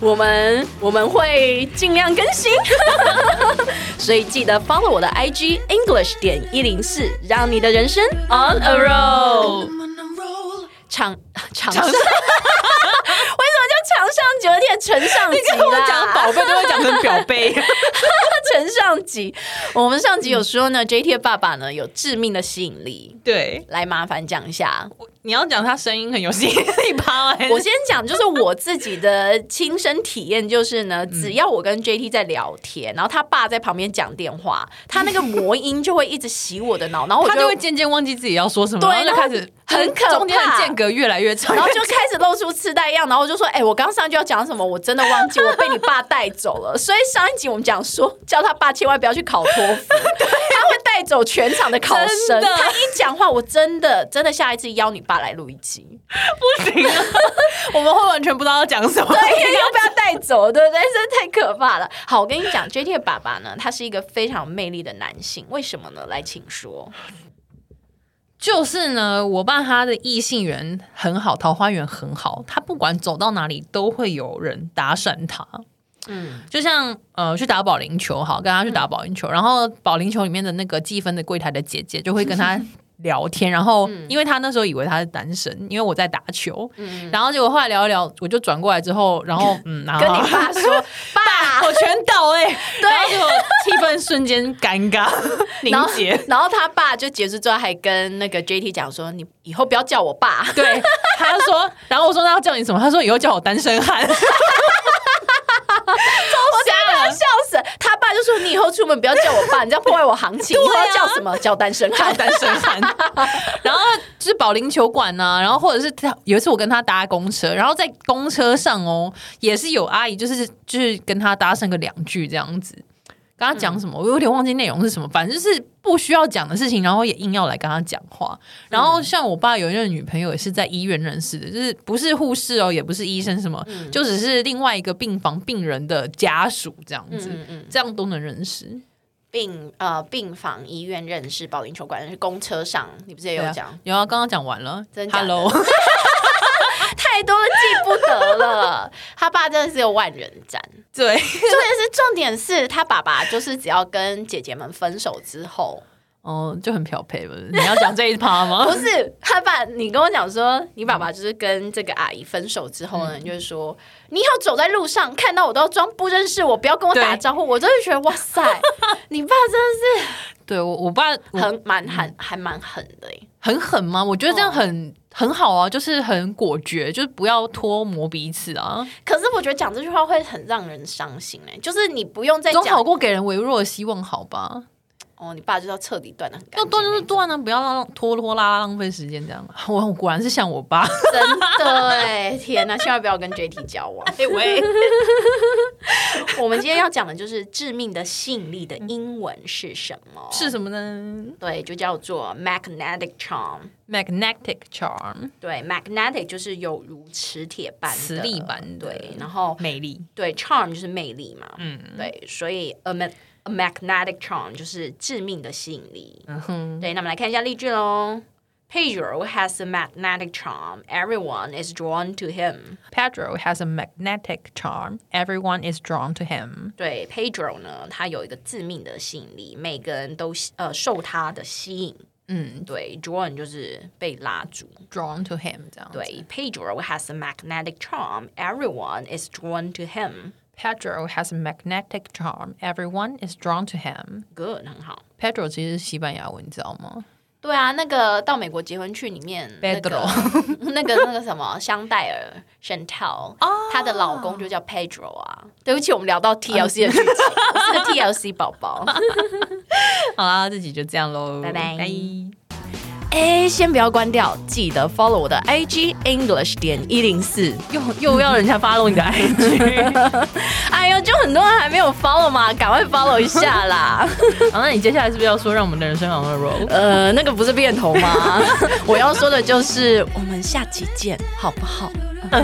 我们我们会尽量更新， 所以记得 follow 我的 IG English 点一零四，让你的人生 on a roll。场场上，为什么 叫场上九点乘上级跟我啦？讲宝贝都会讲成表贝，乘上级，我们上集有说呢，JT 的爸爸呢有致命的吸引力， 对，来麻烦讲一下。你要讲他声音很有吸引力吧？还是我先讲，就是我自己的亲身体验，就是呢，嗯只要我跟 JT 在聊天，然后他爸在旁边讲电话，他那个魔音就会一直洗我的脑，然后我他就会渐渐忘记自己要说什么，对然后就开始然后很可怕中间的间隔越来越 长，然后就开始露出痴呆样，然后我就说：“哎、我刚上一句要讲什么？我真的忘记，我被你爸带走了。” 所以上一集我们讲说，叫他爸千万不要去考托福，他会带走全场的考生。真的他一讲话，我真的真的下一次邀你爸来录一集，不行啊了， 我们会完全不知道要讲什么。 对，要不要带走？对不对？真的太可怕了。好，我跟你讲，JT 的爸爸呢，他是一个非常有魅力的男性，为什么呢？来，请说。就是呢，我爸他的异性缘很好，桃花源很好，他不管走到哪里都会有人搭讪他。嗯，就像呃去打保龄球，好跟他去打保龄球，然后保龄球里面的那个计分的柜台的姐姐就会跟他聊天，然后嗯因为他那时候以为他是单身，因为我在打球，嗯然后结果后来聊一聊，我就转过来之后，然后嗯，然后跟你爸 说，爸， 我全倒哎、然后结果气氛瞬间尴尬 凝然后结，然后他爸就结束之后还跟那个 JT 讲说：“你以后不要叫我爸。对，他说，然后我说那要叫你什么？他说以后叫我单身汉，超瞎了”笑死！啊他爸就说：“你以后出门不要叫我爸，你这样破坏我行情。你以后要叫什么？叫单身叫 汉。单身汉。然后就是保龄球馆呐、然后或者是他有一次我跟他搭公车，然后在公车上哦，也是有阿姨就是就是跟他搭讪个两句这样子。跟他讲什么，我有点忘记内容是什么，反正就是不需要讲的事情，然后也硬要来跟他讲话。然后像我爸有一任女朋友也是在医院认识的，就是不是护士哦，也不是医生什么，就只是另外一个病房病人的家属这样子，嗯嗯嗯这样都能认识。”病呃病房、医院认识、保龄球馆认识、公车上，你不是也对有啊讲？有啊，刚刚讲完了。真假的 Hello， 太多了，记不得了。他爸真的是有万人斩。对，重点是，重点是他爸爸就是只要跟姐姐们分手之 后，哦，就很漂配不是？你要讲这一趴吗 不？是他爸，你跟我讲说，你爸爸就是跟这个阿姨分手之后呢，嗯你就是说，你以后走在路上看到我都要装不认识我，不要跟我打对招呼。我真的觉得哇塞， 你爸真对我，我嗯爸的是很哦很蛮狠，还蛮狠的欸耶。很狠吗？我觉得这样很、很好啊，就是很果决，就是不要拖磨彼此啊，可是我觉得讲这句话会很让人伤心哎，就是你不用再总好讲过给人微弱的希望，好吧？哦，你爸就是要彻底断的很干要净断就是断啊，不要让拖拖拉拉浪费时间这样。 我我果然是像我爸。真的哎，天哪，千万不要跟 JT 交 往。哎 喂， 我们今天要讲的就是致命的吸引力的英文是什么？是什么呢对，就叫做 magnetic charm。 ？Magnetic charm，对，magnetic 就是有如磁铁般的磁力般的对，然后美丽。对 charm 就是魅力嘛，嗯，对，所以 a, ma- a magnetic charm 就是致命的吸引力。嗯哼，对，那我们来看一下例句喽。Pedro has a magnetic charm. Everyone is drawn to him. Pedro has a magnetic charm. Everyone is drawn to him. 对，Pedro 呢，他有一个致命的吸引力，每个人都吸呃受他的吸引。嗯，对，drawn 就是被拉住。 Drawn to him 这样子。对，Pedro has a magnetic charm. Everyone is drawn to him. Pedro has a magnetic charm. Everyone is drawn to him. Good，很好。 Pedro 其实是西班牙文，你知道吗？对啊，那个到美国结婚去里面那个 那个那个什么香黛儿 Chantel，她的老公就叫 Pedro 啊。哦对不起，我们聊到 TLC 的剧情，我是 TLC 宝宝。好啦，这集就这样喽，拜拜拜。哎，先不要关掉，记得 follow 我的 IG English 点一零四。又又要人家 follow 你的 IG， 哎呦，就很多人还没有 follow 嘛，赶快 follow 一下啦。好，那你接下来是不是要说让我们的人生 on a roll？呃，那个不是变头吗？ 我要说的就是，我们下期见，好不好？ I